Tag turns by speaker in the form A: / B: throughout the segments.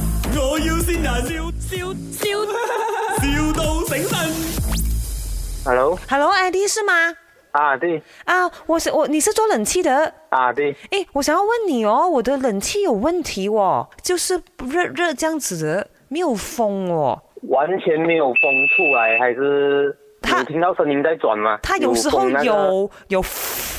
A: 要先人，笑笑笑，, 笑到醒神。
B: Hello，
C: Hello，艾迪是吗？
B: 啊对，
C: 啊，我是我，你是做冷气的。
B: 啊对，
C: 诶，我想要问你哦，我的冷气有问题哦，就是热热这样子的，没有风哦。
B: 完全没有风出来，还是
C: 他
B: 你听到声音在转吗？
C: 它有时候
B: 风那个
C: 有有，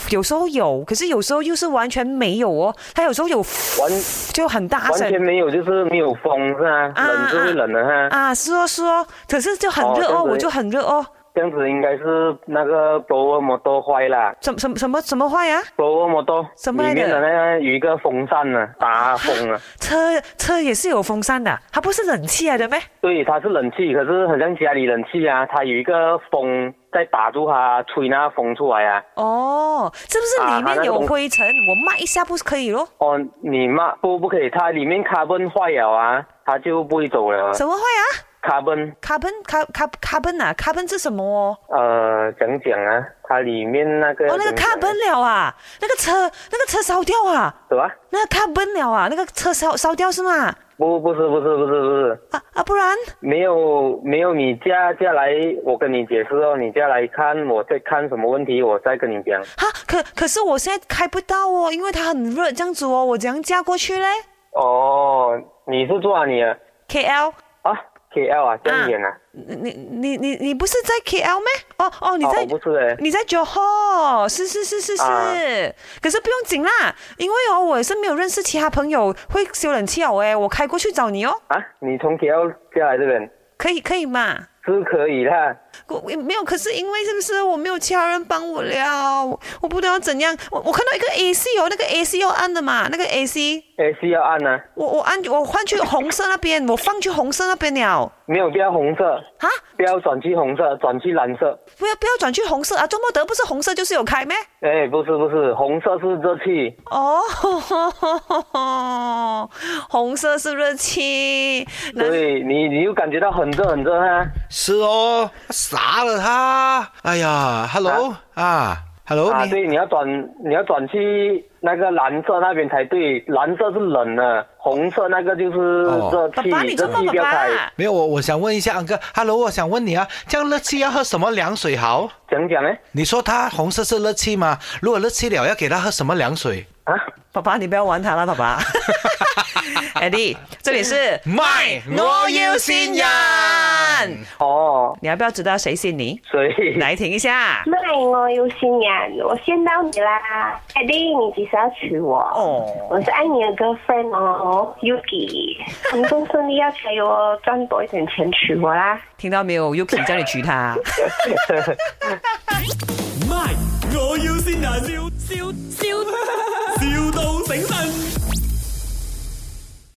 C: 有时候有，可是有时候又是完全没有哦。它有时候有，
B: 完
C: 就很大
B: 完
C: 声
B: 全没有，就是没有风是吧？
C: 啊
B: 冷就会冷的哈，
C: 啊，是哦是哦，可是就很
B: 哦
C: 热
B: 这样
C: 哦，
B: 子
C: 我就很热哦。
B: 这样子应该是那个 blower 摩托坏了
C: 什什什么什么坏啊？
B: ，blower 摩托
C: 什么来
B: 里
C: 的
B: 面
C: 啊
B: 的那个有一个风扇呢，打风啊了。
C: 车车也是有风扇的，它不是冷气来的咩？
B: 对，它是冷气，可是很像家里冷气啊，它有一个风在打住它，吹那风出来啊。
C: 哦，是不是
B: 啊
C: 里
B: 它
C: 面
B: 那
C: 有
B: 种
C: 灰尘？我抹一下不是可以咯？
B: 哦，你妈不不可以，它里面 carbon 坏了啊，它就不会走了。
C: 什么坏啊？
B: carbon
C: 卡本卡卡卡本啊，卡本是什么哦？
B: 呃，讲讲啊，它里面那个
C: 哦，那个卡本了啊，那个车那个车烧掉啊，
B: 什么？
C: 那个卡本了啊，那个车烧烧掉是吗？
B: 不不是不是不是不是，
C: 啊啊，不然
B: 没有没有，你驾驾来，我跟你解释哦，你驾来看，我再看什么问题，我再跟你讲。
C: 哈，可可是我现在开不到哦，因为它很热，这样子哦，我怎样嫁过去嘞
B: 哦，你是做哪里啊？
C: ？K L，
B: 啊，KL 啊，这样远啊？
C: 你你你你不是在 K L 咩？哦哦，你
B: 哦
C: 在、
B: 我不是诶、
C: 你在 Johor，是是是是是，
B: 啊
C: 可是不用紧啦，因为哦，我也是没有认识其他朋友会修冷气哦，诶，我开过去找你哦，
B: 啊，你从 KL 下来这边
C: 可以可以嘛？
B: 是可以啊啦。
C: 我我没有，可是因为是不是我没有其他人帮我了，我我不知道怎样。我我看到一个 AC 哦，那个 AC 要按的嘛，那个 AC，
B: AC 要按呢、啊，
C: 我我按我换去红色那边，我放去红色那边了。
B: 没有标红色，
C: 哈，
B: 不要转去红色，转去蓝色。
C: 不要不要转去红色啊！周末德不是红色就是有开咩？
B: 哎，不是不是，红色是热气，
C: 哦，红色是热气，那
B: 对你你又感觉到很热很热哈、
D: 是哦，傻了他。哎呀，Hello 啊，Hello，
B: 啊，
D: 你
B: 对，你要转你要转去那个蓝色那边才对，蓝色是冷的，红色那个就是
D: 哦
B: 热
C: 爸
B: 气，
C: 爸你
B: 热
C: 做
B: 气
C: 梦
B: 不要
C: 爸
B: 开。
C: 爸，
D: 没有我，我想问一下安哥，Hello，我想问你啊，这样热气要喝什么凉水好？
B: 讲讲呢？
D: 你说它红色是热气吗？如果热气了，要给它喝什么凉水？
B: 啊，
C: 爸爸你不要玩他了，爸 爸。Eddie，这里是
D: 麦我要先人。
B: 哦，嗯
C: 你要不要知道谁信你？
B: 所以
C: 来听一下。
E: 卖我有心人，我先到你啦。艾迪，你几时要娶我？
C: 哦
E: 我是爱你的 girlfriend 哦，Yuki。成功顺利要加油哦，赚多一点钱娶我啦。
C: 听到没有？Yuki 叫你娶她。
A: 卖，我要先人，笑笑笑，,笑到醒神。